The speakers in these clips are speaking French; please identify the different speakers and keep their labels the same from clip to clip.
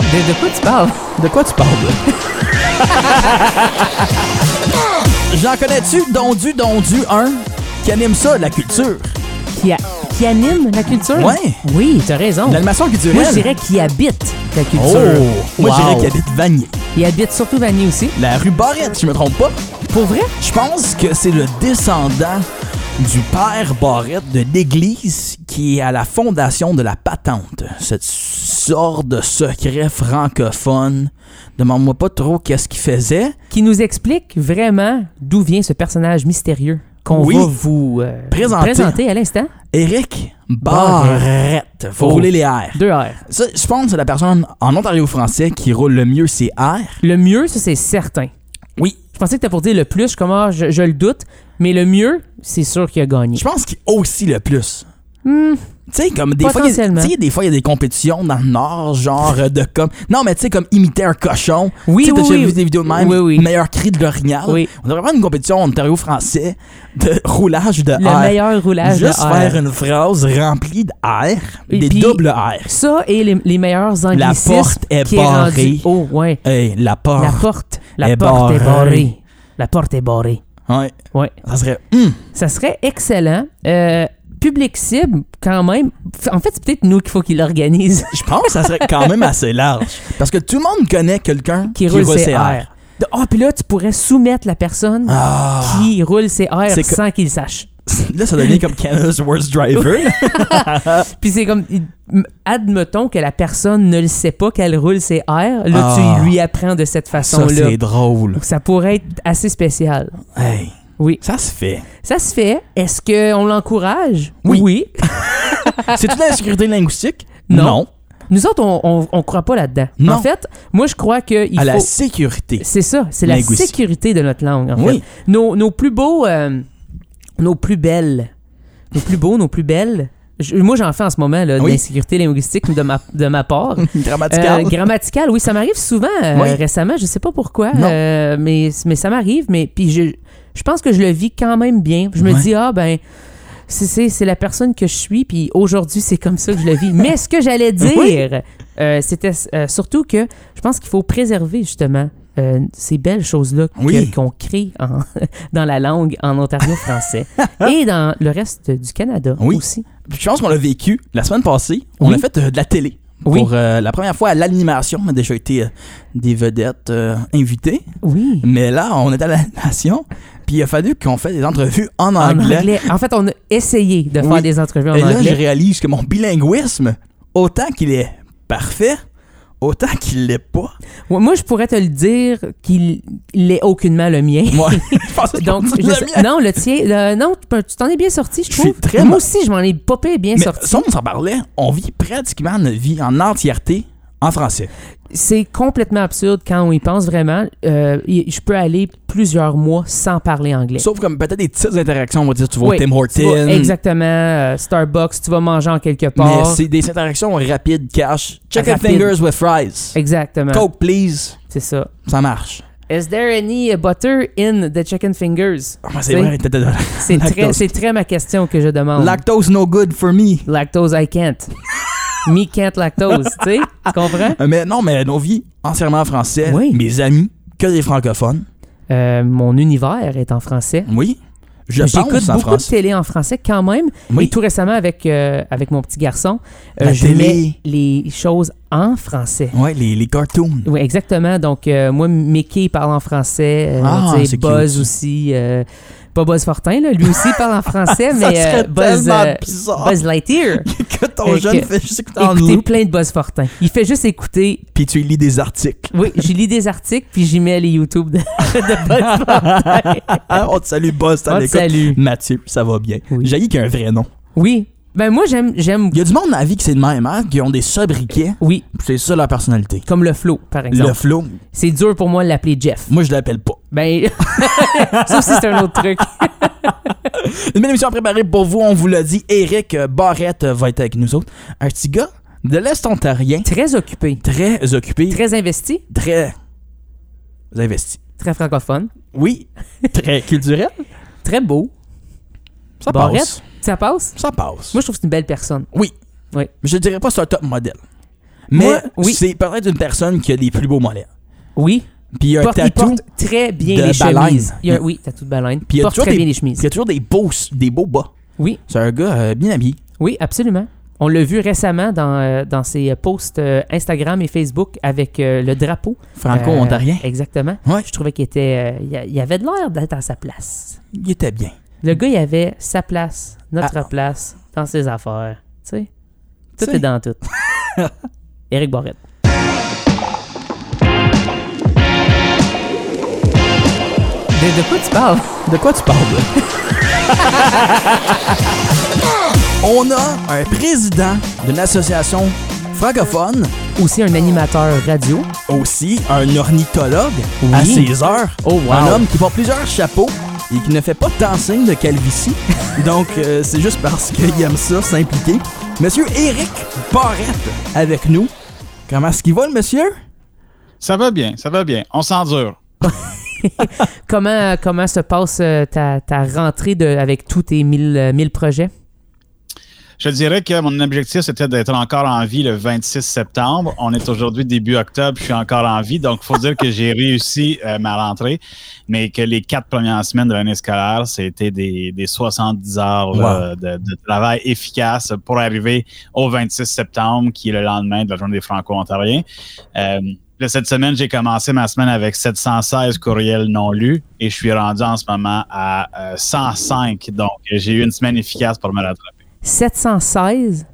Speaker 1: De, de quoi tu parles?
Speaker 2: De quoi tu parles? J'en connais-tu, Dondu, Dondu 1, qui anime ça, la culture?
Speaker 1: Qui, a- qui anime la culture?
Speaker 2: Ouais.
Speaker 1: Oui, t'as raison.
Speaker 2: L'animation culturelle?
Speaker 1: Moi, je dirais qui habite la culture.
Speaker 2: Oh! Moi, je dirais
Speaker 1: Wow.
Speaker 2: qu'il habite Vanier.
Speaker 1: Il habite surtout Vanier aussi.
Speaker 2: La rue Barrette, je me trompe pas.
Speaker 1: Pour vrai?
Speaker 2: Je pense que c'est le descendant du père Barrette de l'Église qui est à la fondation de la patente, cette sorte de secret francophone. Demande-moi pas trop qu'est-ce qu'il faisait.
Speaker 1: Qui nous explique vraiment d'où vient ce personnage mystérieux qu'on
Speaker 2: Oui.
Speaker 1: va vous euh,
Speaker 2: Présenter.
Speaker 1: à l'instant.
Speaker 2: Éric Barrette. Faut
Speaker 1: Oh.
Speaker 2: rouler les R.
Speaker 1: Deux R.
Speaker 2: Ça, je pense que c'est la personne en Ontario français qui roule le mieux ses R.
Speaker 1: Le mieux, ça, c'est certain.
Speaker 2: Oui.
Speaker 1: Je pensais que t'as pour dire le plus, je suis comme, ah, je, je le doute, mais le mieux, c'est sûr qu'il a gagné.
Speaker 2: Je pense qu'il aussi le plus.
Speaker 1: Hmm.
Speaker 2: Tu sais, comme des fois, il y a- tu
Speaker 1: Potentiellement.
Speaker 2: sais, des fois, il y a des compétitions dans le Nord, genre euh, de comme. Non, mais tu sais, comme imiter un cochon.
Speaker 1: Oui,
Speaker 2: Tu sais, t'as
Speaker 1: oui,
Speaker 2: déjà
Speaker 1: oui.
Speaker 2: vu des vidéos de même.
Speaker 1: Oui, oui.
Speaker 2: Meilleur cri de l'orignal.
Speaker 1: Oui.
Speaker 2: On devrait avoir une compétition en Ontario-Français de roulage de
Speaker 1: Le
Speaker 2: R.
Speaker 1: meilleur roulage
Speaker 2: Ah. Juste
Speaker 1: de R.
Speaker 2: faire une phrase remplie de R,
Speaker 1: Et
Speaker 2: des
Speaker 1: puis-
Speaker 2: doubles R.
Speaker 1: Ça et les, les meilleurs anglicismes.
Speaker 2: porte est
Speaker 1: qui rendu-
Speaker 2: barrée.
Speaker 1: Oh, ouais.
Speaker 2: Hey, la porte.
Speaker 1: La porte. La
Speaker 2: est
Speaker 1: porte est
Speaker 2: barrée.
Speaker 1: barrée. La porte est barrée.
Speaker 2: Ouais.
Speaker 1: Ouais.
Speaker 2: Ça serait. Hmm.
Speaker 1: Ça serait excellent. Euh, public cible, quand même. F- En fait, c'est peut-être nous qu'il faut qu'il l'organise.
Speaker 2: Je pense que ça serait quand même assez large. Parce que tout le monde connaît quelqu'un
Speaker 1: qui roule ses R. De- Ah, puis là, tu pourrais soumettre la personne
Speaker 2: Ah.
Speaker 1: qui roule ses R
Speaker 2: C'est que-
Speaker 1: sans qu'il sache.
Speaker 2: Là, ça devient comme Canada's Worst Driver.
Speaker 1: Puis c'est comme, il- m- admettons que la personne ne le sait pas qu'elle roule ses R, là
Speaker 2: Ah.
Speaker 1: tu lui apprends de cette
Speaker 2: ça,
Speaker 1: façon-là.
Speaker 2: c'est drôle.
Speaker 1: Ça pourrait être assez spécial.
Speaker 2: Hey,
Speaker 1: Oui.
Speaker 2: ça se fait.
Speaker 1: Ça se fait. Est-ce qu'on l'encourage?
Speaker 2: Oui. C'est toute la sécurité linguistique?
Speaker 1: Non. Nous autres, on, on, on croit pas là-dedans.
Speaker 2: Non.
Speaker 1: En fait, moi, je crois que il
Speaker 2: À la
Speaker 1: faut...
Speaker 2: sécurité.
Speaker 1: C'est ça, c'est la
Speaker 2: Linguistique.
Speaker 1: sécurité de notre langue. En
Speaker 2: Oui.
Speaker 1: fait. Nos, nos plus beaux, euh, nos plus belles, nos plus beaux, nos plus belles. Je- moi, j'en fais en ce moment là, de
Speaker 2: Oui.
Speaker 1: l'insécurité linguistique de ma, de ma part.
Speaker 2: Grammatical.
Speaker 1: Euh, grammaticale, oui, ça m'arrive souvent euh,
Speaker 2: Oui.
Speaker 1: récemment, je sais pas pourquoi,
Speaker 2: Non.
Speaker 1: euh, mais, mais ça m'arrive, mais puis je, je pense que je le vis quand même bien. Je me
Speaker 2: Ouais.
Speaker 1: dis, ah ben, c'est- c'est c'est la personne que je suis, puis aujourd'hui, c'est comme ça que je le vis. mais ce que j'allais dire,
Speaker 2: Oui.
Speaker 1: euh, c'était euh, surtout que je pense qu'il faut préserver justement euh, ces belles choses-là que-
Speaker 2: Oui.
Speaker 1: qu'on crée en- dans la langue en Ontario français et dans le reste du Canada
Speaker 2: Oui.
Speaker 1: aussi.
Speaker 2: Puis Je pense qu'on l'a vécu la semaine passée. On
Speaker 1: Oui.
Speaker 2: a fait euh, de la télé.
Speaker 1: Oui.
Speaker 2: Pour euh, la première fois à l'animation, on a déjà été euh, des vedettes euh, invitées.
Speaker 1: Oui.
Speaker 2: Mais là, on est à l'animation. Puis il a fallu qu'on fasse des entrevues en
Speaker 1: En
Speaker 2: anglais.
Speaker 1: anglais. En fait, on a essayé de faire
Speaker 2: Oui.
Speaker 1: des entrevues en
Speaker 2: Et là,
Speaker 1: anglais.
Speaker 2: je réalise que mon bilinguisme, autant qu'il est parfait, autant qu'il l'est pas.
Speaker 1: Ouais, Moi, je pourrais te le dire qu'il l'est aucunement le mien.
Speaker 2: Moi, je pense que c'est
Speaker 1: Donc,
Speaker 2: pour
Speaker 1: je
Speaker 2: le
Speaker 1: sais-
Speaker 2: mien.
Speaker 1: non, le tien, euh, non, tu peux- tu t'en es bien sorti, je
Speaker 2: Je suis
Speaker 1: trouve.
Speaker 2: très
Speaker 1: Moi
Speaker 2: bon.
Speaker 1: aussi, je m'en ai pas pire bien
Speaker 2: Mais
Speaker 1: sorti.
Speaker 2: ça, on s'en parlait. On vit pratiquement notre vie en entièreté en français.
Speaker 1: C'est complètement absurde quand on y pense vraiment. Euh, y- je peux aller plusieurs mois sans parler anglais.
Speaker 2: Sauf comme peut-être des petites interactions. On va dire, tu vas
Speaker 1: Oui,
Speaker 2: au Tim
Speaker 1: Tu vas-
Speaker 2: Hortons.
Speaker 1: exactement, euh, Starbucks, tu vas manger en quelque
Speaker 2: Mais
Speaker 1: part.
Speaker 2: c'est des interactions rapides, cash. Chicken
Speaker 1: Rapide.
Speaker 2: fingers with fries.
Speaker 1: Exactement.
Speaker 2: Coke, please.
Speaker 1: C'est ça.
Speaker 2: Ça marche.
Speaker 1: Is there any uh, butter in the chicken fingers?
Speaker 2: Ah, c'est
Speaker 1: Oui. Ah.
Speaker 2: vrai. t'as- t'as- t'as-
Speaker 1: C'est très,
Speaker 2: Lactose.
Speaker 1: c'est très ma question que je demande.
Speaker 2: Lactose no good for me.
Speaker 1: lactose I can't. Me can't lactose, tu sais? Tu comprends?
Speaker 2: Euh, Mais non, mais nos vies entièrement en français.
Speaker 1: Oui.
Speaker 2: Mes amis, que des francophones.
Speaker 1: Euh, mon univers est en français.
Speaker 2: Oui. Je
Speaker 1: J'écoute
Speaker 2: pense en
Speaker 1: beaucoup
Speaker 2: français.
Speaker 1: de télé en français quand même.
Speaker 2: Oui.
Speaker 1: Et tout récemment avec, euh, avec mon petit garçon, euh,
Speaker 2: La
Speaker 1: je
Speaker 2: télé.
Speaker 1: mets les choses en français.
Speaker 2: Ouais, les, les cartoons.
Speaker 1: Oui, exactement. Donc, euh, moi, Mickey parle en français. Euh,
Speaker 2: Ah,
Speaker 1: tu sais,
Speaker 2: c'est
Speaker 1: Buzz
Speaker 2: cute.
Speaker 1: aussi. euh, pas Buzz Fortin, là, lui aussi parle en français, mais
Speaker 2: ça
Speaker 1: euh,
Speaker 2: serait
Speaker 1: Buzz,
Speaker 2: tellement
Speaker 1: euh,
Speaker 2: bizarre
Speaker 1: Buzz Lightyear.
Speaker 2: que ton
Speaker 1: Fait
Speaker 2: jeune
Speaker 1: que-
Speaker 2: fait juste écouter en
Speaker 1: Écoutez
Speaker 2: loop,
Speaker 1: plein de Buzz Fortin. Il fait juste écouter
Speaker 2: puis tu lis des articles.
Speaker 1: Oui, j'y lis des articles, puis j'y mets les YouTube de, de Buzz Fortin.
Speaker 2: Hein, on te salue, boss,
Speaker 1: On
Speaker 2: t'as
Speaker 1: te salue.
Speaker 2: Mathieu, ça va bien.
Speaker 1: Oui.
Speaker 2: J'ai qu'il y a un vrai nom.
Speaker 1: Oui. Ben moi, j'aime... j'aime
Speaker 2: Il y a du monde dans la vie qui c'est le même, hein, qui ont des sobriquets.
Speaker 1: Oui,
Speaker 2: C'est ça leur personnalité.
Speaker 1: comme le flow, par
Speaker 2: Le
Speaker 1: exemple.
Speaker 2: flow,
Speaker 1: C'est dur pour moi de l'appeler Jeff.
Speaker 2: moi je l'appelle pas.
Speaker 1: Ben, ça aussi, c'est un autre truc.
Speaker 2: Une belle émission préparée pour vous, on vous l'a dit. Eric euh, Barrette euh, va être avec nous autres. Un petit gars de l'Est ontarien,
Speaker 1: Très occupé,
Speaker 2: très occupé, très,
Speaker 1: très investi,
Speaker 2: investi.
Speaker 1: très francophone,
Speaker 2: Oui, très culturel.
Speaker 1: très beau.
Speaker 2: Ça
Speaker 1: Barrette,
Speaker 2: passe.
Speaker 1: ça passe?
Speaker 2: Ça passe.
Speaker 1: Moi, je trouve que c'est une belle personne.
Speaker 2: Oui.
Speaker 1: Oui.
Speaker 2: Mais je dirais pas c'est un top modèle. Mais
Speaker 1: Moi, oui.
Speaker 2: c'est peut-être une personne qui a les plus beaux mollets.
Speaker 1: Oui.
Speaker 2: Puis il y a un
Speaker 1: Porte- il
Speaker 2: tatou.
Speaker 1: porte très bien
Speaker 2: de
Speaker 1: les
Speaker 2: baleine.
Speaker 1: chemises. Il y a, oui, tatou de baleine.
Speaker 2: Puis il y a
Speaker 1: porte
Speaker 2: toujours
Speaker 1: très
Speaker 2: des-
Speaker 1: bien les
Speaker 2: Il y
Speaker 1: chemises.
Speaker 2: a toujours des beaux, des beaux bas.
Speaker 1: Oui,
Speaker 2: C'est un gars euh, bien habillé.
Speaker 1: oui, absolument. On l'a vu récemment dans, euh, dans ses posts euh, Instagram et Facebook avec euh, le drapeau.
Speaker 2: Franco-ontarien.
Speaker 1: Euh, exactement.
Speaker 2: Ouais.
Speaker 1: Je trouvais qu'il était. euh, il a- il avait de l'air d'être à sa place.
Speaker 2: Il était bien.
Speaker 1: Le gars, il avait sa place, notre
Speaker 2: Ah.
Speaker 1: place, dans ses affaires. Tu sais, tout
Speaker 2: T'sais.
Speaker 1: est dans tout. Éric Barrette. De, de quoi tu parles?
Speaker 2: De quoi tu parles? là? On a un président d'une association francophone,
Speaker 1: Aussi un animateur radio.
Speaker 2: aussi un ornithologue
Speaker 1: Oui.
Speaker 2: à ses heures.
Speaker 1: Oh, wow.
Speaker 2: Un homme qui porte plusieurs chapeaux et qui ne fait pas tant signe de calvitie. Donc, euh, c'est juste parce qu'il aime ça, s'impliquer. Monsieur Éric Barrette avec nous. Comment est-ce qu'il va, le monsieur?
Speaker 3: Ça va bien, ça va bien. On s'endure.
Speaker 1: Comment, comment se passe euh, ta, ta rentrée de, avec tous tes 1000 euh, 1000 projets?
Speaker 3: Je dirais que mon objectif, c'était d'être encore en vie le 26 septembre. On est aujourd'hui début octobre, je suis encore en vie. Donc, il faut dire que j'ai réussi euh, ma rentrée, mais que les quatre premières semaines de l'année scolaire, c'était des, des 70 heures là, de, de travail efficace pour arriver au 26 septembre, qui est le lendemain de la journée des Franco-Ontariens. Euh, là, cette semaine, j'ai commencé ma semaine avec 716 courriels non lus et je suis rendu en ce moment à euh, 105. Donc, j'ai eu une semaine efficace pour me rattraper.
Speaker 1: 716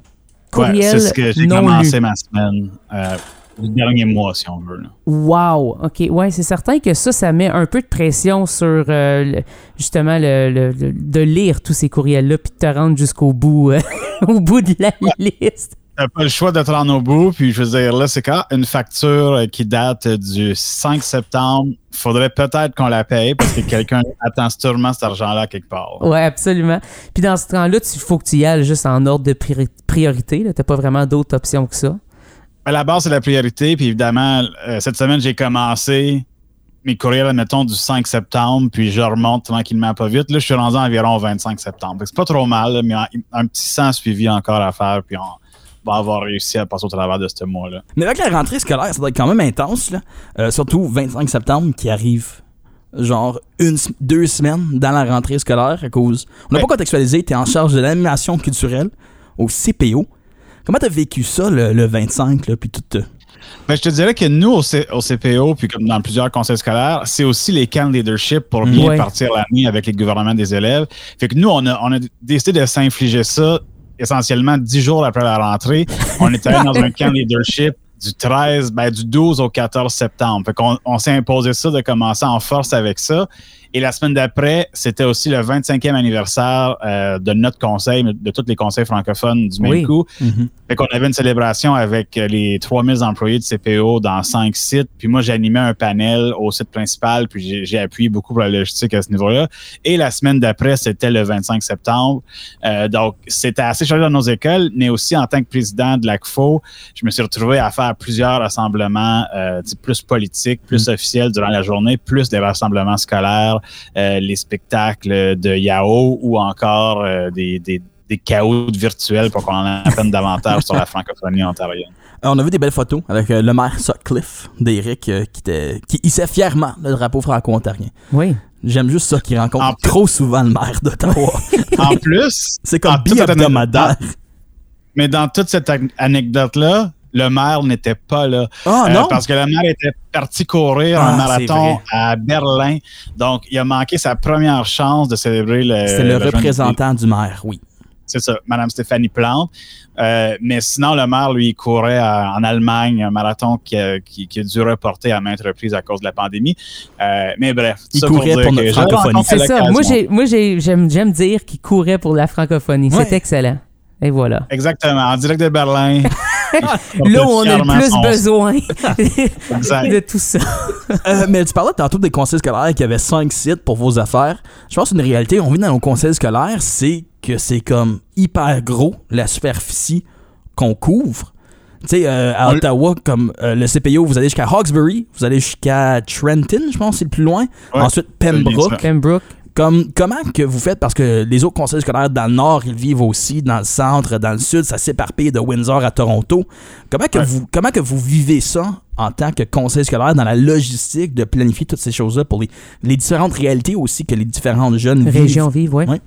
Speaker 3: Ouais,
Speaker 1: courriels
Speaker 3: c'est ce que j'ai
Speaker 1: non
Speaker 3: commencé
Speaker 1: lus.
Speaker 3: ma semaine, euh, le dernier mois, si on veut. là.
Speaker 1: Wow! OK. Ouais, c'est certain que ça, ça met un peu de pression sur euh, le- justement le, le- le- de lire tous ces courriels-là puis de te rendre jusqu'au bout, euh, au bout de la liste.
Speaker 3: T'as pas le choix de te rendre au bout, puis je veux dire, là, c'est quand une facture euh, qui date du 5 septembre, faudrait peut-être qu'on la paye parce que quelqu'un attend sûrement cet argent-là quelque part.
Speaker 1: Ouais, absolument. Puis dans ce temps-là, il faut que tu y ailles juste en ordre de priori- priorité. là. T'as pas vraiment d'autres options que ça.
Speaker 3: À la base, c'est la priorité, puis évidemment, euh, cette semaine, j'ai commencé mes courriels, admettons, du 5 septembre, puis je remonte tranquillement, pas vite. Là, je suis rendu à environ au 25 septembre. Fait que C'est pas trop mal, là, mais un, un petit 100 suivi encore à faire, puis on va avoir réussi à passer au travers de ce mois-là.
Speaker 2: Mais avec la rentrée scolaire, ça doit être quand même intense, là. Euh, surtout 25 septembre qui arrive, genre une, se- deux semaines dans la rentrée scolaire à cause. On n'a
Speaker 3: Ouais.
Speaker 2: pas contextualisé, t'es en charge de l'animation culturelle au CPO. Comment t'as vécu ça le, le 25, là, puis tout. euh,
Speaker 3: Ben, je te dirais que nous, au, C- au CPO, puis comme dans plusieurs conseils scolaires, c'est aussi les camps de leadership pour bien
Speaker 1: Mm. Ouais.
Speaker 3: partir l'année avec les gouvernements des élèves. Fait que nous, on a, on a décidé de s'infliger ça essentiellement dix jours après la rentrée. On est allé dans un camp de leadership du 13, ben, du 12 au 14 septembre. Fait qu'on on s'est imposé ça de commencer en force avec ça. Et la semaine d'après, c'était aussi le 25e anniversaire euh, de notre conseil, mais de tous les conseils francophones du même
Speaker 1: Oui.
Speaker 3: coup.
Speaker 2: Mm-hmm.
Speaker 3: Fait qu'on avait une célébration avec euh, les 3000 employés de CPO dans cinq sites. Puis moi, j'animais un panel au site principal, puis j'ai- j'ai appuyé beaucoup pour la logistique à ce niveau-là. Et la semaine d'après, c'était le 25 septembre. Euh, donc, c'était assez chargé dans nos écoles, mais aussi en tant que président de l'ACFO, je me suis retrouvé à faire plusieurs rassemblements euh, tu sais, plus politiques, plus officiels durant la journée, plus des rassemblements scolaires, euh, les spectacles de Yahoo ou encore euh, des, des des chaos de virtuels pour qu'on en apprenne davantage sur la francophonie ontarienne.
Speaker 2: Euh, on a vu des belles photos avec euh, le maire Sutcliffe d'Éric euh, qui, était- qui hissait fièrement le drapeau franco-ontarien.
Speaker 1: Oui.
Speaker 2: J'aime juste ça qu'il rencontre
Speaker 3: En plus-
Speaker 2: trop souvent le maire d'Ottawa.
Speaker 3: En plus,
Speaker 2: C'est comme
Speaker 3: en toute cette
Speaker 2: bi-hebdomadaire.
Speaker 3: anecdote- mais dans toute cette an- anecdote-là, le maire n'était pas là.
Speaker 2: Ah
Speaker 3: Euh,
Speaker 2: non!
Speaker 3: parce que le maire était parti courir
Speaker 2: Ah,
Speaker 3: un
Speaker 2: c'est
Speaker 3: marathon
Speaker 2: vrai.
Speaker 3: à Berlin. Donc, il a manqué sa première chance de célébrer le.
Speaker 2: C'est le
Speaker 3: euh, la journée-
Speaker 2: représentant du maire, oui.
Speaker 3: C'est ça, Madame Stéphanie Plante. Euh, mais sinon, le maire, lui, il courait à- en Allemagne un marathon qui a, qui- qui a dû reporter à maintes reprises à cause de la pandémie. Euh, mais bref,
Speaker 2: Il
Speaker 3: ça
Speaker 2: courait
Speaker 3: dire
Speaker 2: pour
Speaker 3: que
Speaker 2: notre
Speaker 3: je
Speaker 2: francophonie.
Speaker 3: rencontre à
Speaker 1: C'est ça. Moi,
Speaker 3: l'occasion.
Speaker 1: j'ai, moi j'ai, j'aime, j'aime dire qu'il courait pour la francophonie.
Speaker 2: Ouais.
Speaker 1: C'est excellent. Et voilà.
Speaker 3: Exactement, en direct de Berlin.
Speaker 1: Là où on a
Speaker 3: Fièrement
Speaker 1: le plus
Speaker 3: son-
Speaker 1: besoin
Speaker 3: Exact.
Speaker 1: de tout ça.
Speaker 2: Euh, mais tu parlais tantôt des conseils scolaires qui avaient cinq sites pour vos affaires. Je pense qu'une réalité, on vit dans nos conseils scolaires, c'est que c'est comme hyper gros la superficie qu'on couvre. Tu sais, euh, à
Speaker 3: On-
Speaker 2: Ottawa, comme euh, le CPO, vous allez jusqu'à Hawkesbury, vous allez jusqu'à Trenton, je pense, c'est le plus loin.
Speaker 3: Ouais,
Speaker 2: Ensuite,
Speaker 3: bien
Speaker 2: Pembroke,
Speaker 3: ça.
Speaker 1: Pembroke.
Speaker 2: Comme, comment que vous faites, parce que les autres conseils scolaires dans le nord, ils vivent aussi dans le centre, dans le sud, ça s'éparpille de Windsor à Toronto. Comment que,
Speaker 3: Ouais.
Speaker 2: vous, comment que vous vivez ça en tant que conseil scolaire dans la logistique de planifier toutes ces choses-là pour les, les différentes réalités aussi que les différentes jeunes
Speaker 1: Région
Speaker 2: vivent?
Speaker 1: vive, oui.
Speaker 2: Ouais.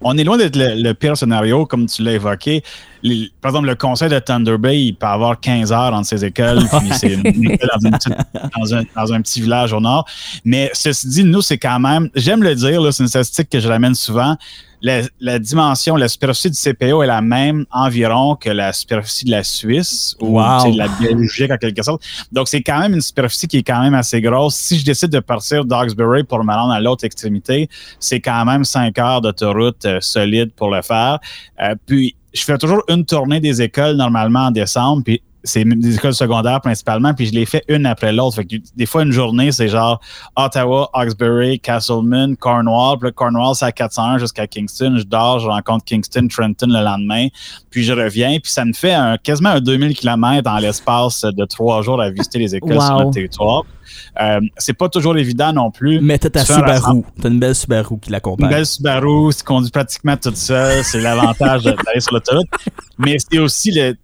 Speaker 3: On est loin d'être le, le pire scénario, comme tu l'as évoqué. Les- par exemple, le conseil de Thunder Bay, il peut avoir 15 heures entre ses écoles, puis c'est une école dans, une petite- dans un, dans un petit village au nord. Mais ceci dit, nous, c'est quand même, j'aime le dire, là, c'est une statistique que je ramène souvent, la, la dimension, la superficie du CPO est la même environ que la superficie de la Suisse ou
Speaker 2: Wow.
Speaker 3: tu sais, de la Belgique en quelque sorte. Donc, c'est quand même une superficie qui est quand même assez grosse. Si je décide de partir d'Oxbury pour me rendre à l'autre extrémité, c'est quand même cinq heures d'autoroute euh, solide pour le faire. Euh, puis, je fais toujours une tournée des écoles normalement en décembre, puis c'est m- des écoles secondaires principalement, puis je les fais une après l'autre. Fait que des fois, une journée, c'est genre Ottawa, Oxbury, Castleman, Cornwall. Puis là, Cornwall, c'est à 401 jusqu'à Kingston. Je dors, je rencontre Kingston, Trenton le lendemain, puis je reviens. Puis ça me fait un, quasiment un 2000 km en l'espace de trois jours à visiter les écoles sur
Speaker 1: Wow.
Speaker 3: notre territoire. Euh, c'est pas toujours évident non plus.
Speaker 2: Mais t'as ta
Speaker 3: Tu fais un
Speaker 2: Subaru. T'as une belle Subaru qui l'accompagne.
Speaker 3: Une belle Subaru, se conduit pratiquement toute seule. C'est l'avantage de- d'aller sur l'autoroute. Mais c'est aussi le.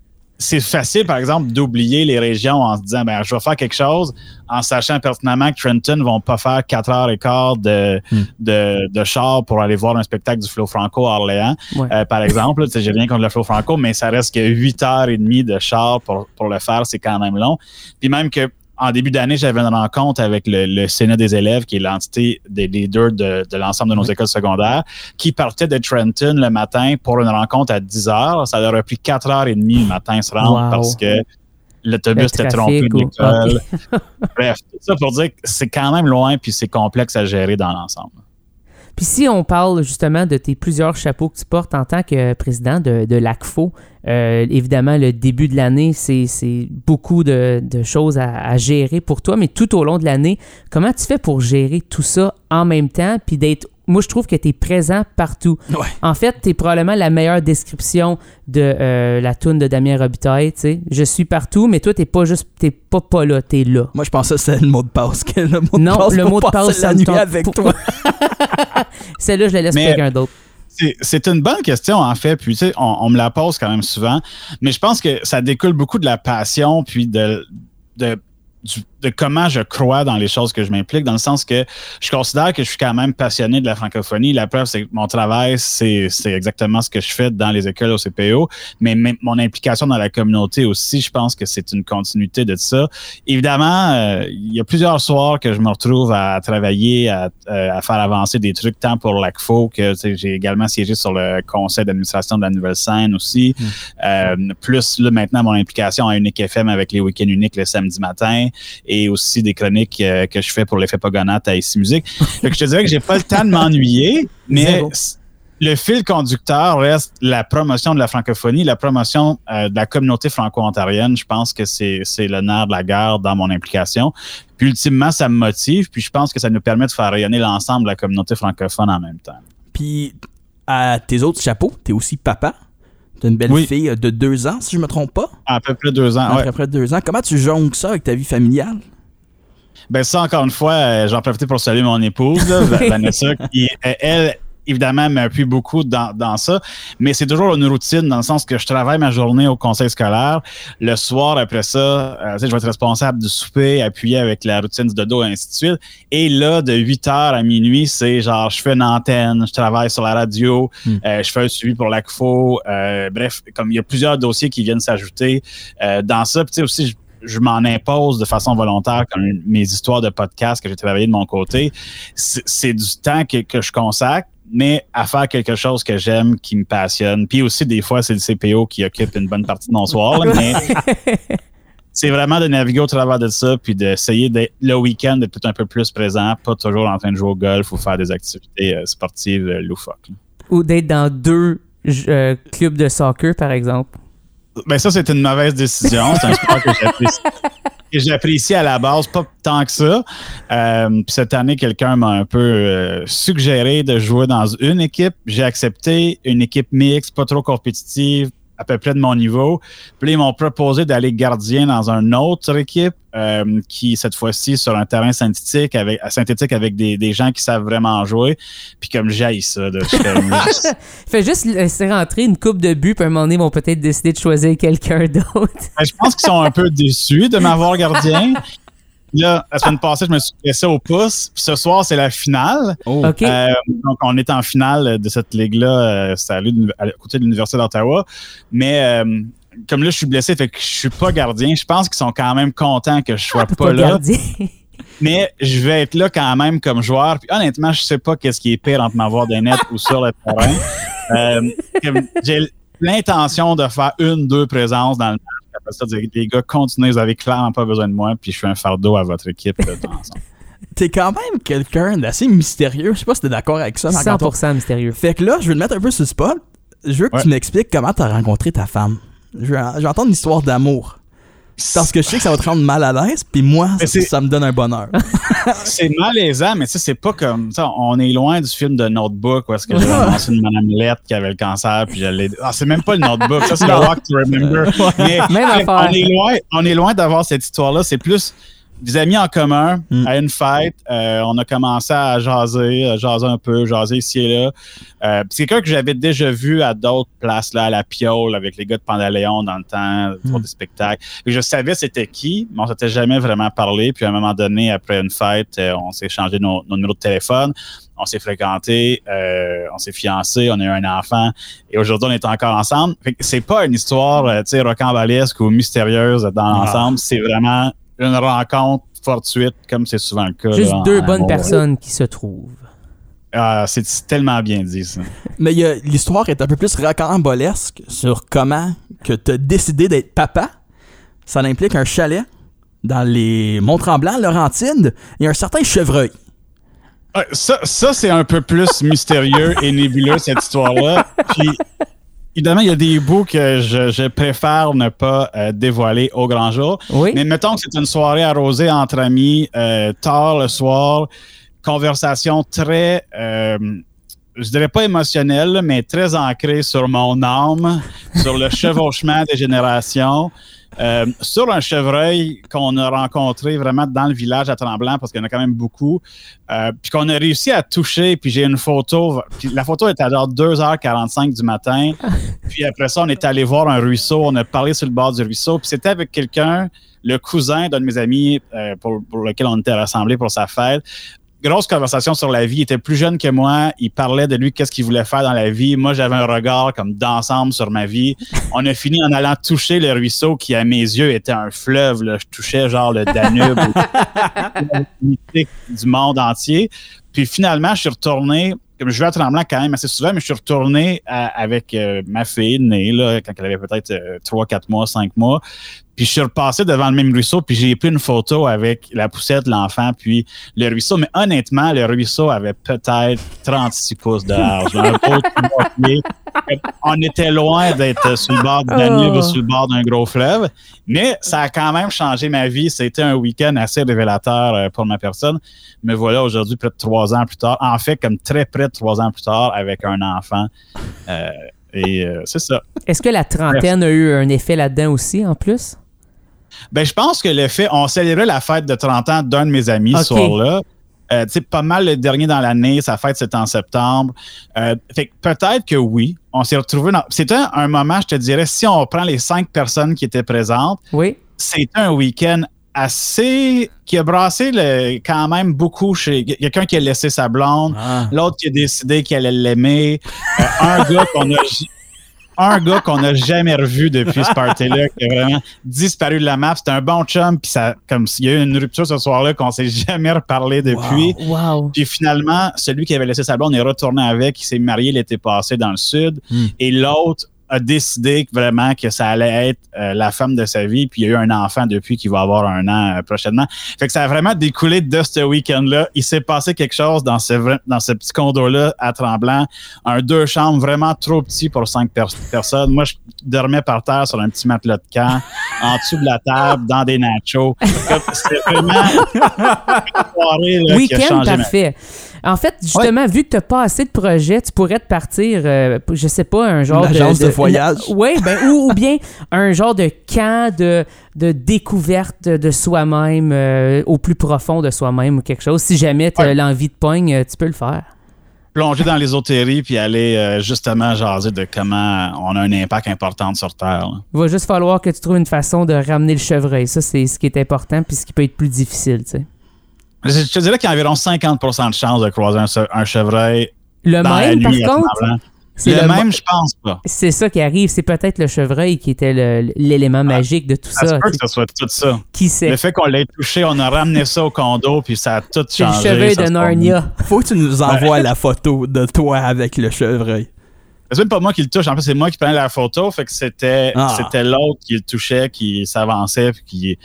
Speaker 3: C'est facile, par exemple, d'oublier les régions en se disant, ben, je vais faire quelque chose, en sachant pertinemment que Trenton ne vont pas faire 4 heures et quart de,
Speaker 2: Hmm.
Speaker 3: de, de char pour aller voir un spectacle du Flo Franco à Orléans,
Speaker 1: Ouais.
Speaker 3: Euh, par exemple. là, tu sais, J'ai rien contre le Flo Franco, mais ça reste que 8 heures et demie de char pour, pour le faire, c'est quand même long. Puis même que en début d'année, j'avais une rencontre avec le, le Sénat des élèves, qui est l'entité des leaders de, de l'ensemble de nos écoles secondaires, qui partait de Trenton le matin pour une rencontre à 10 heures. Ça leur a pris 4 heures et demie le matin se rendre
Speaker 1: Wow.
Speaker 3: parce que
Speaker 1: Le
Speaker 3: l'autobus était trompé
Speaker 1: trafic
Speaker 3: de
Speaker 1: ou-
Speaker 3: l'école. Bref, tout ça pour dire que c'est quand même loin puis c'est complexe à gérer dans l'ensemble.
Speaker 1: Puis si on parle justement de tes plusieurs chapeaux que tu portes en tant que président de, de l'ACFO, euh, évidemment, le début de l'année, c'est c'est beaucoup de, de choses à, à gérer pour toi, mais tout au long de l'année, comment tu fais pour gérer tout ça en même temps, puis d'être... Moi, je trouve que tu es présent partout.
Speaker 2: Ouais.
Speaker 1: En fait, tu es probablement la meilleure description de euh, la toune de Damien Robitaille, tu sais. Je suis partout, mais toi, t'es pas juste... T'es pas pas là, t'es là.
Speaker 2: Moi, je pensais que c'était le mot de passe. que le mot
Speaker 1: Non,
Speaker 2: de passe
Speaker 1: le
Speaker 2: pour
Speaker 1: mot de
Speaker 2: passer
Speaker 1: passe, ça
Speaker 2: la
Speaker 1: me
Speaker 2: nuit
Speaker 1: tente
Speaker 2: avec
Speaker 1: pas.
Speaker 2: toi.
Speaker 1: Celle-là, je la laisse
Speaker 3: Mais-
Speaker 1: pour quelqu'un d'autre.
Speaker 3: C'est- C'est une bonne question, en fait. Puis, tu sais, on, on me la pose quand même souvent. Mais je pense que ça découle beaucoup de la passion, puis de, de, du- de comment je crois dans les choses que je m'implique, dans le sens que je considère que je suis quand même passionné de la francophonie. La preuve, c'est que mon travail, c'est c'est exactement ce que je fais dans les écoles au CPO, mais même mon implication dans la communauté aussi, je pense que c'est une continuité de ça. Évidemment, euh, il y a plusieurs soirs que je me retrouve à travailler, à, euh, à faire avancer des trucs, tant pour l'ACFO que tu sais, j'ai également siégé sur le conseil d'administration de la nouvelle scène aussi. Euh, plus là, maintenant mon implication à Unique FM avec les week-ends uniques le samedi matin et aussi des chroniques euh, que je fais pour l'effet Pogonat à Ici Musique. Fait que je te dirais que j'ai pas le temps de m'ennuyer, mais
Speaker 2: Zéro.
Speaker 3: s- le fil conducteur reste la promotion de la francophonie, la promotion euh, de la communauté franco-ontarienne. Je pense que c'est c'est le nerf de la guerre dans mon implication. Puis ultimement, ça me motive, puis je pense que ça nous permet de faire rayonner l'ensemble de la communauté francophone en même temps.
Speaker 2: Puis, à tes autres chapeaux, t'es aussi papa. T'as une belle
Speaker 3: Oui.
Speaker 2: fille de deux ans, si je me trompe pas.
Speaker 3: À peu près deux ans. Ah ouais.
Speaker 2: Après, après deux ans. Comment tu jongles ça avec ta vie familiale?
Speaker 3: Ben ça, encore une fois, euh, j'en profite pour saluer mon épouse, là, Va- Vanessa, qui, euh, elle, évidemment, m'appuie beaucoup dans, dans ça. Mais c'est toujours une routine dans le sens que je travaille ma journée au conseil scolaire. Le soir, après ça, euh, tu sais, je vais être responsable du souper, appuyer avec la routine du dodo, et ainsi de suite. Et là, de 8 heures à minuit, c'est genre, je fais une antenne, je travaille sur la radio,
Speaker 2: Mm.
Speaker 3: euh, je fais un suivi pour l'ACFO. euh, bref, comme il y a plusieurs dossiers qui viennent s'ajouter euh, dans ça. Puis, tu sais, aussi, je je m'en impose de façon volontaire comme mes histoires de podcast que j'ai travaillé de mon côté. C'est c'est du temps que, que je consacre, mais à faire quelque chose que j'aime, qui me passionne. Puis aussi, des fois, c'est le CPO qui occupe une bonne partie de mon soir, là, mais c'est vraiment de naviguer au travers de ça, puis d'essayer d'être le week-end d'être tout un peu plus présent, pas toujours en train de jouer au golf ou faire des activités euh, sportives euh, loufoques. là.
Speaker 1: Ou d'être dans deux euh, clubs de soccer, par exemple.
Speaker 3: Ben ça, c'est une mauvaise décision. C'est un sport que j'apprécie. que j'apprécie à la base, pas tant que ça. Euh, puis cette année, quelqu'un m'a un peu euh, suggéré de jouer dans une équipe. J'ai accepté une équipe mixte, pas trop compétitive, à peu près de mon niveau. Puis là, ils m'ont proposé d'aller gardien dans une autre équipe euh, qui, cette fois-ci, sur un terrain synthétique avec, synthétique avec des, des gens qui savent vraiment jouer. Puis comme j'aille ça, de,
Speaker 1: Fait juste laisser rentrer une coupe de but, puis à un moment donné, ils vont peut-être décider de choisir quelqu'un d'autre.
Speaker 3: Ben, je pense qu'ils sont un peu déçus de m'avoir gardien. Là, la semaine passée, je me suis blessé au pouce. Puis ce soir, c'est la finale.
Speaker 2: Oh.
Speaker 1: OK.
Speaker 3: Euh, donc, on est en finale de cette ligue-là. euh, C'est à l'uni- à côté de l'Université d'Ottawa. Mais euh, comme là, je suis blessé, fait que je suis pas gardien. Je pense qu'ils sont quand même contents que je sois
Speaker 1: Ah, T'es
Speaker 3: pas là.
Speaker 1: gardien.
Speaker 3: Mais je vais être là quand même comme joueur. Puis honnêtement, je sais pas qu'est-ce qui est pire entre m'avoir des nets ou sur le terrain. Euh, comme J'ai l'intention de faire une, deux présences dans le match. Après ça, dire, les gars, continuez, vous avez clairement pas besoin de moi. Puis je suis un fardeau à votre équipe. là, dans-
Speaker 2: T'es quand même quelqu'un d'assez mystérieux. Je sais pas si t'es d'accord avec ça, Marc-Antoine.
Speaker 1: 100% mystérieux.
Speaker 2: Fait que là, je vais le mettre un peu sur le spot. Je veux que
Speaker 3: Ouais.
Speaker 2: tu m'expliques comment t'as rencontré ta femme. Je veux, je veux entendre une histoire d'amour. Parce que je sais que ça va te rendre mal à l'aise, puis moi, ça,
Speaker 3: Mais c'est-
Speaker 2: ça me donne un bonheur.
Speaker 3: C'est malaisant, mais tu sais, c'est pas comme ça. On est loin du film de Notebook où est-ce que j'avais lancé une madame Lette qui avait le cancer puis j'allais. Ah, c'est même pas le Notebook, ça c'est le Rock to Remember. Mais,
Speaker 1: Même
Speaker 3: mais
Speaker 1: affaire.
Speaker 3: on est loin, on est loin d'avoir cette histoire-là. C'est plus des amis en commun
Speaker 2: Mm.
Speaker 3: à une fête. euh, on a commencé à jaser, à jaser un peu, jaser ici et là. Euh, puis c'est quelqu'un que j'avais déjà vu à d'autres places là, à la Piole avec les gars de Pandaléon dans le temps pour
Speaker 2: Mm.
Speaker 3: des spectacles. Et je savais c'était qui, mais on s'était jamais vraiment parlé. Puis à un moment donné, après une fête, euh, on s'est changé nos, nos numéros de téléphone, on s'est fréquenté, euh, on s'est fiancé, on a eu un enfant. Et aujourd'hui, on est encore ensemble. Fait que c'est pas une histoire, euh, tu sais, rocambolesque ou mystérieuse dans l'ensemble. C'est vraiment une rencontre fortuite, comme c'est souvent le cas.
Speaker 1: Juste
Speaker 3: là, en
Speaker 1: deux bonnes
Speaker 3: amour.
Speaker 1: personnes qui se trouvent.
Speaker 3: Ah, c'est c'est tellement bien dit, ça.
Speaker 2: Mais il y a- l'histoire est un peu plus rocambolesque sur comment que t'as décidé d'être papa. Ça implique un chalet dans les Monts-Tremblant, Laurentide, et un certain chevreuil.
Speaker 3: Ouais, Ah, Ça, ça c'est un peu plus mystérieux et nébuleux, cette histoire-là. Puis, évidemment, il y a des bouts que je, je préfère ne pas euh, dévoiler au grand jour.
Speaker 1: Oui.
Speaker 3: Mais mettons que c'est une soirée arrosée entre amis, euh, tard le soir, conversation très, euh, je dirais pas émotionnelle, mais très ancrée sur mon âme, sur le chevauchement des générations. euh, sur un chevreuil qu'on a rencontré vraiment dans le village à Tremblant, parce qu'il y en a quand même beaucoup, euh, puis qu'on a réussi à toucher, puis j'ai une photo, puis la photo est à genre 2h45 du matin, puis après ça, on est allé voir un ruisseau, on a parlé sur le bord du ruisseau, puis c'était avec quelqu'un le cousin d'un de mes amis euh, pour, pour lequel on était rassemblés pour sa fête. Grosse conversation sur la vie. Il était plus jeune que moi. Il parlait de lui, qu'est-ce qu'il voulait faire dans la vie. Moi, j'avais un regard comme d'ensemble sur ma vie. On a fini en allant toucher le ruisseau qui, à mes yeux, était un fleuve. là. Je touchais genre le Danube ou- mythique du monde entier. Puis finalement, je suis retourné. Comme je vais à Tremblant quand même assez souvent, mais je suis retourné à- avec euh, ma fille née, là, quand elle avait peut-être 3-4 mois, 5 mois. Puis je suis repassé devant le même ruisseau, puis j'ai pris une photo avec la poussette, l'enfant, puis le ruisseau. Mais honnêtement, le ruisseau avait peut-être 36 pouces de large. là, un beau trois pieds. On était loin d'être sur le bord du Danube
Speaker 1: Oh.
Speaker 3: ou sur le bord d'un gros fleuve. Mais ça a quand même changé ma vie. C'était un week-end assez révélateur euh, pour ma personne. Me voilà aujourd'hui, près de trois ans plus tard. En fait, comme très près de trois ans plus tard, avec un enfant. Euh, et euh, c'est ça.
Speaker 1: Est-ce que la trentaine a eu un effet là-dedans aussi, en plus?
Speaker 3: Ben, je pense que le fait, on célébrait la fête de 30 ans d'un de mes amis
Speaker 1: Ok.
Speaker 3: ce soir-là. Euh, tu sais, pas mal le dernier dans l'année, sa fête c'était en septembre. Euh, fait que peut-être que oui, on s'est retrouvés dans. C'était un, un moment, je te dirais, si on prend les cinq personnes qui étaient présentes,
Speaker 1: Oui.
Speaker 3: c'était un week-end assez. qui a brassé le, quand même beaucoup chez. y a Quelqu'un qui a laissé sa
Speaker 2: Ah.
Speaker 3: blonde, l'autre qui a décidé qu'elle allait l'aimer, euh, un gars qu'on a un gars qu'on n'a jamais revu depuis ce party-là, qui a vraiment disparu de la map. C'était un bon chum, puis ça, comme s'il y a eu une rupture ce soir-là qu'on s'est jamais reparlé depuis.
Speaker 1: Wow.
Speaker 3: Puis finalement, celui qui avait laissé sa blonde est retourné avec, il s'est marié l'été passé dans le sud,
Speaker 2: Hmm.
Speaker 3: et l'autre a décidé que vraiment que ça allait être euh, la femme de sa vie, puis il y a eu un enfant depuis qui va avoir un an euh, prochainement. Fait que ça a vraiment découlé de ce week-end-là. Il s'est passé quelque chose dans ce, vra- dans ce petit condo-là à Tremblant, un deux chambres vraiment trop petit pour cinq pers- personnes. Moi, je dormais par terre sur un petit matelas de camp, en dessous de la table, dans des nachos. Comme, C'était vraiment une soirée là, qui a
Speaker 1: Week-end
Speaker 3: changé ma
Speaker 1: parfait. En fait, justement, vu que tu n'as pas assez de projets, tu pourrais te partir, euh, je sais pas, un genre
Speaker 2: Une
Speaker 1: de.
Speaker 2: agence de voyage.
Speaker 1: Oui, ben, ou, ou bien un genre de camp de, de découverte de soi-même, euh, au plus profond de soi-même ou quelque chose. Si jamais tu as
Speaker 3: Ouais.
Speaker 1: l'envie de pogne, euh, tu peux le faire.
Speaker 3: Plonger dans l'ésotérie puis aller euh, justement jaser de comment on a un impact important sur Terre. là.
Speaker 1: Il va juste falloir que tu trouves une façon de ramener le chevreuil. Ça, c'est ce qui est important puis ce qui peut être plus difficile, tu sais.
Speaker 3: Je je te dirais qu'il y a environ 50 de chances de croiser un, se- un chevreuil
Speaker 1: Le
Speaker 3: dans la
Speaker 1: même, par
Speaker 3: nuit à
Speaker 1: contre,
Speaker 3: Tremblant.
Speaker 1: c'est
Speaker 3: le,
Speaker 1: le
Speaker 3: même, je pense pas.
Speaker 1: C'est ça qui arrive, c'est peut-être le chevreuil qui était le- l'élément magique de tout
Speaker 3: Ah. Ça, se
Speaker 1: ça.
Speaker 3: peut
Speaker 1: tu
Speaker 3: que ce soit tout ça.
Speaker 1: sais. Qui sait?
Speaker 3: Le fait qu'on l'ait touché, on a ramené ça au condo, puis ça a tout
Speaker 1: C'est le
Speaker 3: changé.
Speaker 1: chevreuil
Speaker 3: ça
Speaker 1: de
Speaker 3: se promène.
Speaker 1: Narnia.
Speaker 2: Faut que tu nous envoies la photo de toi avec le chevreuil.
Speaker 3: C'est même pas moi qui le touche. En fait, c'est moi qui prenais la photo. Fait que c'était
Speaker 2: Ah.
Speaker 3: c'était l'autre qui le touchait, qui s'avançait, puis qui,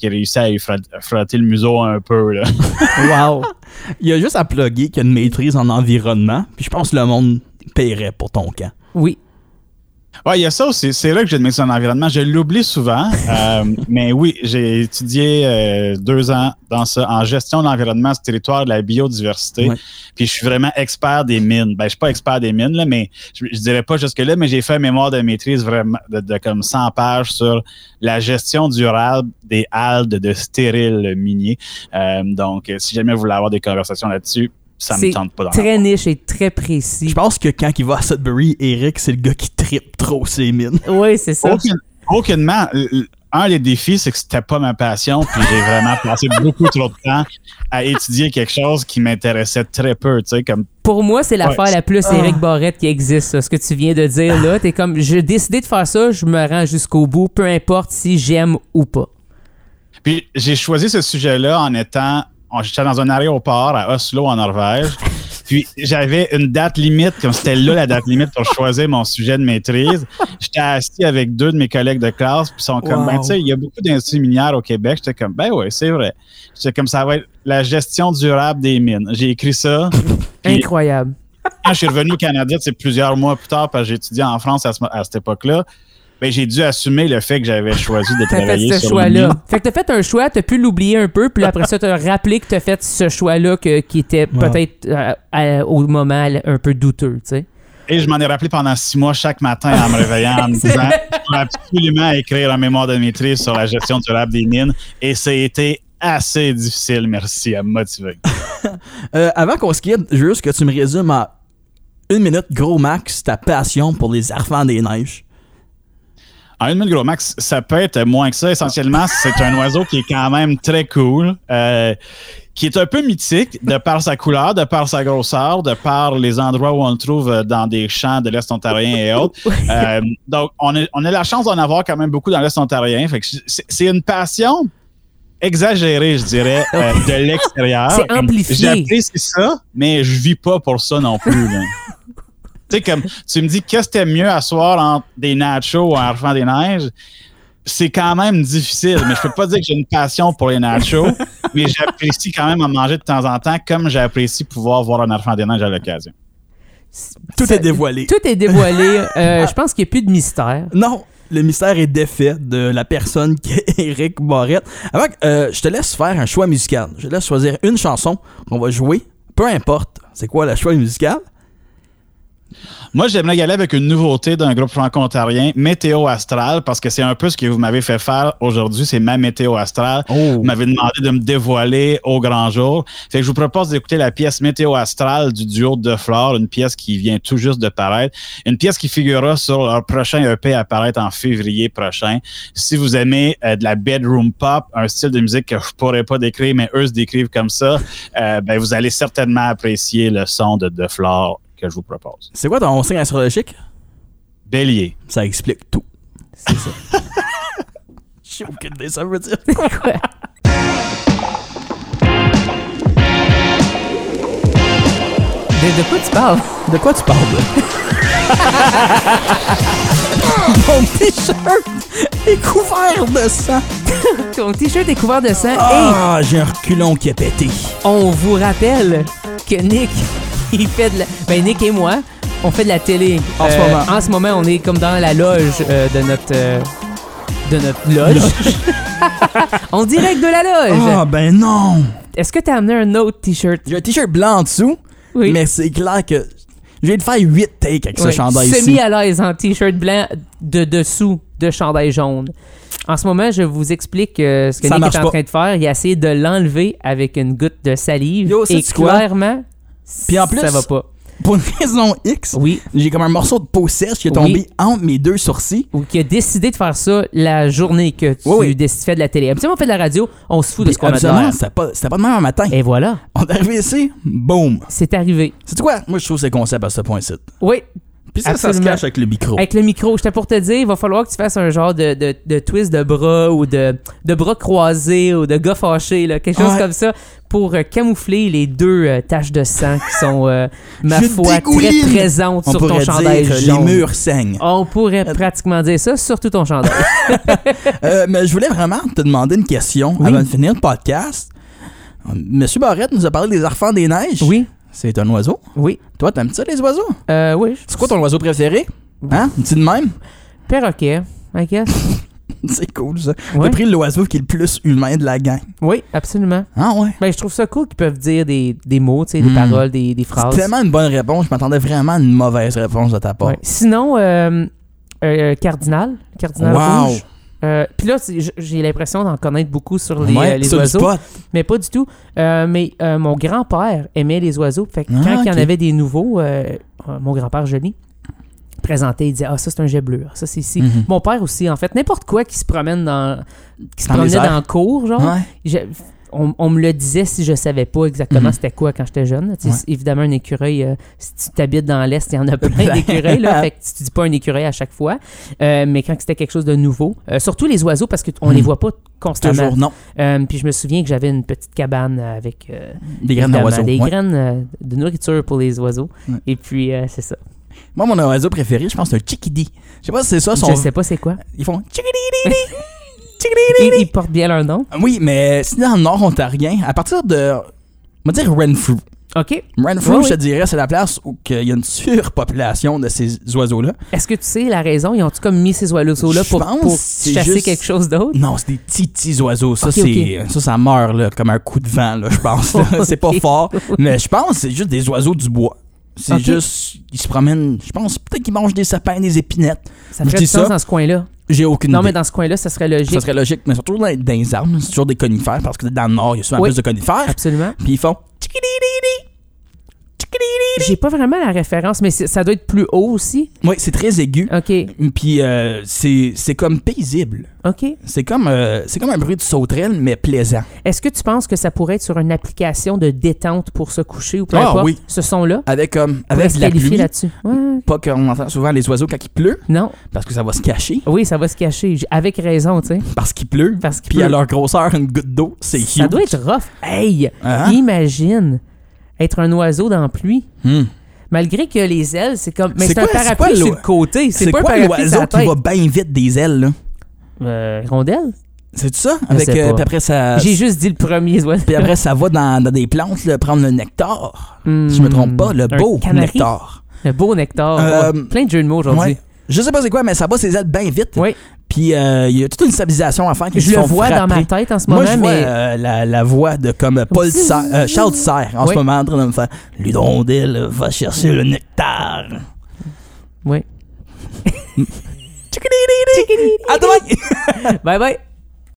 Speaker 3: qui réussissait à lui frot- frotter le museau un peu. Là.
Speaker 2: Wow! Il y a juste à plugger qu'il y a une maîtrise en environnement, puis je pense que le monde paierait pour ton camp.
Speaker 1: Oui.
Speaker 3: Ouais, il y a ça aussi. C'est là que j'ai de médecine en environnement. Je l'oublie souvent. Euh, mais oui, j'ai étudié euh, deux ans dans ça, en gestion de l'environnement, ce territoire, de la biodiversité.
Speaker 2: Ouais.
Speaker 3: Puis je suis vraiment expert des mines. Ben, je suis pas expert des mines, là, mais je, je dirais pas jusque-là, mais j'ai fait un mémoire de maîtrise vraiment de, de comme 100 pages sur la gestion durable des haldes de stériles miniers. Euh, donc, euh, si jamais vous voulez avoir des conversations là-dessus, ça
Speaker 1: C'est
Speaker 3: me tente pas d'en
Speaker 1: Très niche et très précis.
Speaker 2: Je pense que quand il va à Sudbury, Eric, c'est le gars qui tripe trop ses mines.
Speaker 1: Oui, c'est ça.
Speaker 3: Aucun- aucunement. L- l- Un des défis, c'est que c'était pas ma passion, puis j'ai vraiment passé beaucoup trop de temps à étudier quelque chose qui m'intéressait très peu, tu sais, comme
Speaker 1: Pour moi, c'est l'affaire
Speaker 3: Ouais.
Speaker 1: la plus
Speaker 2: Ah.
Speaker 1: Eric Barrette qui existe, ça, ce que tu viens de dire là. T'es comme, j'ai décidé de faire ça, je me rends jusqu'au bout, peu importe si j'aime ou pas.
Speaker 3: Puis j'ai choisi ce sujet-là en étant. en- J'étais dans un aéroport à Oslo, en Norvège. Puis j'avais une date limite, comme c'était là la date limite pour choisir mon sujet de maîtrise. J'étais assis avec deux de mes collègues de classe, puis ils sont
Speaker 2: Wow.
Speaker 3: comme, ben, tu sais, il y a beaucoup d'industries minières au Québec. J'étais comme, ben oui, c'est vrai. J'étais comme, ça va être la gestion durable des mines. J'ai écrit ça. Puis
Speaker 1: Incroyable.
Speaker 3: quand je suis revenu au Canada, c'est plusieurs mois plus tard, parce que j'ai étudié en France à, ce mo- à cette époque-là, ben, j'ai dû assumer le fait que j'avais choisi de
Speaker 1: T'as fait
Speaker 3: travailler
Speaker 1: ce
Speaker 3: sur les mines.
Speaker 1: choix-là. Fait que t'as fait un choix, t'as pu l'oublier un peu, puis après ça, t'as rappelé que t'as fait ce choix-là que- qui était
Speaker 2: Ouais.
Speaker 1: peut-être euh, à- au moment un peu douteux, tu sais.
Speaker 3: Et je m'en ai rappelé pendant six mois chaque matin en me réveillant en me disant je vais absolument écrire un mémoire de maîtrise sur la gestion durable des mines. Et ça a été assez difficile, merci, à me motiver.
Speaker 2: Euh, avant qu'on se quitte, je veux juste que tu me résumes à une minute, gros max, ta passion pour les enfants des neiges.
Speaker 3: En une minute, gros max, ça peut être moins que ça. Essentiellement, c'est un oiseau qui est quand même très cool, euh, qui est un peu mythique de par sa couleur, de par sa grosseur, de par les endroits où on le trouve euh, dans des champs de l'Est ontarien et autres. Euh, donc, on a, on a la chance d'en avoir quand même beaucoup dans l'Est ontarien. Fait que c'est c'est une passion exagérée, je dirais, euh, de l'extérieur.
Speaker 1: C'est
Speaker 3: Comme,
Speaker 1: amplifié.
Speaker 3: J'apprécie ça, mais je vis pas pour ça non plus. là. Tu sais, comme tu me dis, qu'est-ce que t'aimes mieux à soir entre des nachos ou un enfant des neiges? C'est quand même difficile, mais je peux pas dire que j'ai une passion pour les nachos, mais j'apprécie quand même en manger de temps en temps, comme j'apprécie pouvoir voir un enfant des neiges à l'occasion.
Speaker 2: Tout
Speaker 1: Ça-
Speaker 2: est dévoilé.
Speaker 1: Tout est dévoilé. Euh, je pense qu'il n'y a plus de mystère.
Speaker 2: Non, le mystère est défait de la personne qui est Eric Barrette. Avant que, euh, je te laisse faire un choix musical. Je te laisse choisir une chanson qu'on va jouer. Peu importe, c'est quoi le choix musical.
Speaker 3: Moi, j'aimerais y aller avec une nouveauté d'un groupe franco-ontarien, Météo Astral, parce que c'est un peu ce que vous m'avez fait faire aujourd'hui, c'est ma Météo Astral.
Speaker 2: Oh.
Speaker 3: Vous m'avez demandé de me dévoiler au grand jour. Fait que je vous propose d'écouter la pièce Météo Astral du duo de Flore, une pièce qui vient tout juste de paraître, une pièce qui figurera sur leur prochain EP à paraître en février prochain. Si vous aimez euh, de la bedroom pop, un style de musique que je pourrais pas décrire, mais eux se décrivent comme ça, euh, ben vous allez certainement apprécier le son de de Flore que je vous propose.
Speaker 2: C'est quoi ton signe astrologique?
Speaker 3: Bélier.
Speaker 2: Ça explique tout.
Speaker 1: C'est ça.
Speaker 2: J'ai aucune idée, ça veut dire.
Speaker 1: Quoi? De, de quoi tu parles?
Speaker 2: De quoi tu parles? là? Mon t-shirt est couvert de sang.
Speaker 1: Ton t-shirt est couvert de sang. Et
Speaker 2: Ah, j'ai un reculon qui a pété.
Speaker 1: on vous rappelle que Nick, il fait de la... Ben, Nick et moi, on fait de la télé. Euh,
Speaker 2: En ce moment.
Speaker 1: En ce moment, on est comme dans la loge euh, de notre... euh, de notre loge. on direct de la loge.
Speaker 2: Ah, ben non.
Speaker 1: Est-ce que t'as amené un autre t-shirt?
Speaker 2: J'ai un t-shirt blanc en dessous
Speaker 1: Oui.
Speaker 2: Mais c'est clair que je viens de faire 8 takes avec ce
Speaker 1: Ouais,
Speaker 2: chandail
Speaker 1: Semi
Speaker 2: ici.
Speaker 1: à l'aise en t-shirt blanc de dessous de chandail jaune. En ce moment, je vous explique euh, ce que
Speaker 2: Ça
Speaker 1: Nick
Speaker 2: marche
Speaker 1: est en
Speaker 2: pas.
Speaker 1: train de faire. Il a essayé de l'enlever avec une goutte de salive.
Speaker 2: Yo,
Speaker 1: et
Speaker 2: sais-tu quoi?
Speaker 1: clairement,
Speaker 2: Puis en plus-
Speaker 1: ça va pas.
Speaker 2: Pour une raison X,
Speaker 1: Oui.
Speaker 2: j'ai comme un morceau de peau sèche qui est tombé
Speaker 1: Oui.
Speaker 2: entre mes deux sourcils.
Speaker 1: Ou qui a décidé de faire ça la journée que tu
Speaker 2: Oui, oui.
Speaker 1: décides de faire de la télé. Habituellement, on fait de la radio, on se fout de
Speaker 2: Puis
Speaker 1: ce qu'on a de
Speaker 2: habituellement,
Speaker 1: l'air.
Speaker 2: c'était pas, c'était pas demain matin.
Speaker 1: Et voilà,
Speaker 2: On est arrivé ici, boum.
Speaker 1: c'est arrivé.
Speaker 2: C'est quoi? Moi, je trouve ces concepts à ce point-ci.
Speaker 1: Oui,
Speaker 2: Puis ça, ça se
Speaker 1: Absolument.
Speaker 2: cache avec le micro.
Speaker 1: Avec le micro, j'étais pour te dire, il va falloir que tu fasses un genre de, de, de twist de bras ou de, de bras croisés ou de gars fâchés, là, quelque chose
Speaker 2: Ouais.
Speaker 1: comme ça, pour euh, camoufler les deux euh, taches de sang qui sont, euh, ma
Speaker 2: Je
Speaker 1: foi, très
Speaker 2: dégouline.
Speaker 1: présentes
Speaker 2: On
Speaker 1: sur ton
Speaker 2: pourrait
Speaker 1: chandail
Speaker 2: dire
Speaker 1: jaune. Oh.
Speaker 2: les murs saignent.
Speaker 1: On pourrait pratiquement dire ça, surtout ton chandail.
Speaker 2: Euh, mais je voulais vraiment te demander une question
Speaker 1: Oui.
Speaker 2: avant de finir le podcast. Monsieur Barrette nous a parlé des enfants des neiges.
Speaker 1: oui,
Speaker 2: C'est un oiseau.
Speaker 1: oui,
Speaker 2: Toi, t'aimes ça, les oiseaux?
Speaker 1: euh, oui. je-
Speaker 2: C'est quoi ton oiseau préféré? Hein? Dis de même.
Speaker 1: Perroquet, I guess.
Speaker 2: C'est cool, ça.
Speaker 1: Ouais.
Speaker 2: T'as pris l'oiseau qui est le plus humain de la gang.
Speaker 1: Oui, absolument.
Speaker 2: Ah ouais?
Speaker 1: Ben, je trouve ça cool qu'ils peuvent dire des, des mots, tu sais, des
Speaker 2: Mm.
Speaker 1: paroles, des, des
Speaker 2: C'est
Speaker 1: phrases.
Speaker 2: tellement une bonne réponse. Je m'attendais vraiment à une mauvaise réponse de ta part.
Speaker 1: Ouais. Sinon, euh, euh, Cardinal, Cardinal
Speaker 2: Wow!
Speaker 1: Rouge. Euh, Puis là, c'est- j- j'ai l'impression d'en connaître beaucoup sur les,
Speaker 2: Ouais,
Speaker 1: euh, les
Speaker 2: sur le
Speaker 1: oiseaux,
Speaker 2: spot.
Speaker 1: mais pas du tout. Euh, mais euh, mon grand-père aimait les oiseaux. Fait que
Speaker 2: Ah,
Speaker 1: quand il y en
Speaker 2: ok.
Speaker 1: avait des nouveaux, euh, euh, mon grand-père joli présentait, il disait Ah, ça c'est un jet bleu, Ah, ça c'est ici.
Speaker 2: Mhm.
Speaker 1: Mon père aussi, en fait, n'importe quoi qui se promène dans. qui se
Speaker 2: Dans les
Speaker 1: promenait
Speaker 2: airs.
Speaker 1: dans le cours, genre.
Speaker 2: Ouais.
Speaker 1: je- on, on me le disait si je savais pas exactement
Speaker 2: Mhm.
Speaker 1: c'était quoi quand j'étais jeune. Tu sais,
Speaker 2: Ouais.
Speaker 1: c'est- Évidemment, un écureuil, euh, si tu t'habites dans l'Est, il y en a plein
Speaker 2: Ben.
Speaker 1: d'écureuils. là. fait que si tu dis pas un écureuil à chaque fois. Euh, mais quand c'était quelque chose de nouveau, euh, surtout les oiseaux, parce qu'on
Speaker 2: Mhm.
Speaker 1: les voit pas constamment.
Speaker 2: Toujours non.
Speaker 1: Euh, puis je me souviens que j'avais une petite cabane avec euh,
Speaker 2: Des graines
Speaker 1: évidemment,
Speaker 2: d'oiseaux.
Speaker 1: des
Speaker 2: ouais.
Speaker 1: graines euh, de nourriture pour les oiseaux.
Speaker 2: Ouais.
Speaker 1: Et puis, euh, c'est ça.
Speaker 2: Moi, mon oiseau préféré, je pense que c'est un chickadee. Je sais pas si c'est ça son.
Speaker 1: Je sais pas c'est quoi.
Speaker 2: Ils font chickadee-dee-dee. Chickadee-dee-dee.
Speaker 1: Ils, ils portent bien leur nom.
Speaker 2: Oui, mais si dans le nord ontarien, à partir de. On va dire Renfrew.
Speaker 1: OK.
Speaker 2: Renfrew,
Speaker 1: Ouais, oui.
Speaker 2: je te dirais, c'est la place où il y a une surpopulation de ces oiseaux-là.
Speaker 1: Est-ce que tu sais la raison? Ils ont-tu comme mis ces oiseaux-là
Speaker 2: Je
Speaker 1: pour,
Speaker 2: pense
Speaker 1: pour
Speaker 2: c'est
Speaker 1: chasser
Speaker 2: juste-
Speaker 1: quelque chose d'autre?
Speaker 2: Non, c'est des petits, petits oiseaux. Ça,
Speaker 1: Ok,
Speaker 2: c'est, euh, ça, ça meurt là, comme un coup de vent, là, je pense. là. c'est pas
Speaker 1: Ok.
Speaker 2: fort. Mais je pense que c'est juste des oiseaux du bois. C'est
Speaker 1: Ok.
Speaker 2: juste. Ils se promènent. Je pense peut-être qu'ils mangent des sapins, des épinettes.
Speaker 1: Ça
Speaker 2: Je
Speaker 1: ferait
Speaker 2: dis
Speaker 1: du sens
Speaker 2: ça.
Speaker 1: dans ce coin-là.
Speaker 2: J'ai aucune
Speaker 1: Non,
Speaker 2: idée.
Speaker 1: mais dans ce coin-là, ça serait
Speaker 2: Ça
Speaker 1: logique.
Speaker 2: serait logique, mais surtout dans, dans les arbres, c'est toujours des conifères, parce que dans le nord, il y a souvent
Speaker 1: Oui.
Speaker 2: plus de conifères.
Speaker 1: Absolument.
Speaker 2: Puis ils font. Chickadee-dee-dee. Chickadee-dee-dee.
Speaker 1: J'ai pas vraiment la référence, mais c'est- ça doit être plus haut aussi.
Speaker 2: Oui, c'est très aigu.
Speaker 1: OK.
Speaker 2: Puis euh, c'est c'est comme paisible.
Speaker 1: OK.
Speaker 2: C'est comme, euh, c'est comme un bruit de sauterelle, mais plaisant.
Speaker 1: Est-ce que tu penses que ça pourrait être sur une application de détente pour se coucher ou peu
Speaker 2: Ah,
Speaker 1: importe
Speaker 2: oui.
Speaker 1: ce son-là?
Speaker 2: Avec, comme
Speaker 1: On pourrait
Speaker 2: avec
Speaker 1: se
Speaker 2: de la
Speaker 1: qualifier
Speaker 2: pluie.
Speaker 1: là-dessus. Ouais.
Speaker 2: Pas qu'on entend souvent les oiseaux quand il pleut,
Speaker 1: Non.
Speaker 2: parce que ça va se cacher,
Speaker 1: Oui, ça va se cacher. J- Avec raison, tu sais.
Speaker 2: parce qu'il pleut.
Speaker 1: Parce que
Speaker 2: Puis à leur grosseur, une goutte d'eau, c'est huge.
Speaker 1: ça doit être rough. Hey!
Speaker 2: Hein?
Speaker 1: Imagine être un oiseau dans la pluie.
Speaker 2: Hmm.
Speaker 1: Malgré que les ailes, c'est comme. Mais
Speaker 2: C'est
Speaker 1: c'est un
Speaker 2: quoi- c'est
Speaker 1: parapluie
Speaker 2: quoi
Speaker 1: sur
Speaker 2: l'oi-
Speaker 1: le côté. C'est
Speaker 2: C'est
Speaker 1: pas un
Speaker 2: quoi
Speaker 1: parapluie sur
Speaker 2: l'oiseau
Speaker 1: la
Speaker 2: qui
Speaker 1: tête.
Speaker 2: va bien vite des ailes, là?
Speaker 1: Euh, rondelle?
Speaker 2: C'est ça?
Speaker 1: Je
Speaker 2: Avec,
Speaker 1: sais
Speaker 2: euh,
Speaker 1: pas.
Speaker 2: puis après, ça...
Speaker 1: J'ai juste dit le premier oiseau.
Speaker 2: Puis après, ça va dans, dans des plantes, là, prendre le nectar.
Speaker 1: Hmm.
Speaker 2: Si je me trompe pas, le
Speaker 1: Un
Speaker 2: beau
Speaker 1: canari.
Speaker 2: nectar.
Speaker 1: Le beau nectar.
Speaker 2: Euh,
Speaker 1: Ouais. Plein de jeux de mots aujourd'hui.
Speaker 2: Ouais. Je sais pas c'est quoi, mais ça bat ses ailes bien vite.
Speaker 1: Oui.
Speaker 2: Puis euh, il y a toute une stabilisation à faire. qu'ils
Speaker 1: Je
Speaker 2: se
Speaker 1: le
Speaker 2: font
Speaker 1: vois dans
Speaker 2: frapper.
Speaker 1: ma tête en ce
Speaker 2: Moi,
Speaker 1: moment,
Speaker 2: je vois
Speaker 1: mais
Speaker 2: euh, la, la voix de comme euh, Paul
Speaker 1: Aussi.
Speaker 2: Serre- euh, Charles Serre en
Speaker 1: Oui.
Speaker 2: ce moment en train de me faire L'hirondelle va chercher le nectar.
Speaker 1: Oui.
Speaker 2: Tchikididi. À demain!
Speaker 1: bye bye.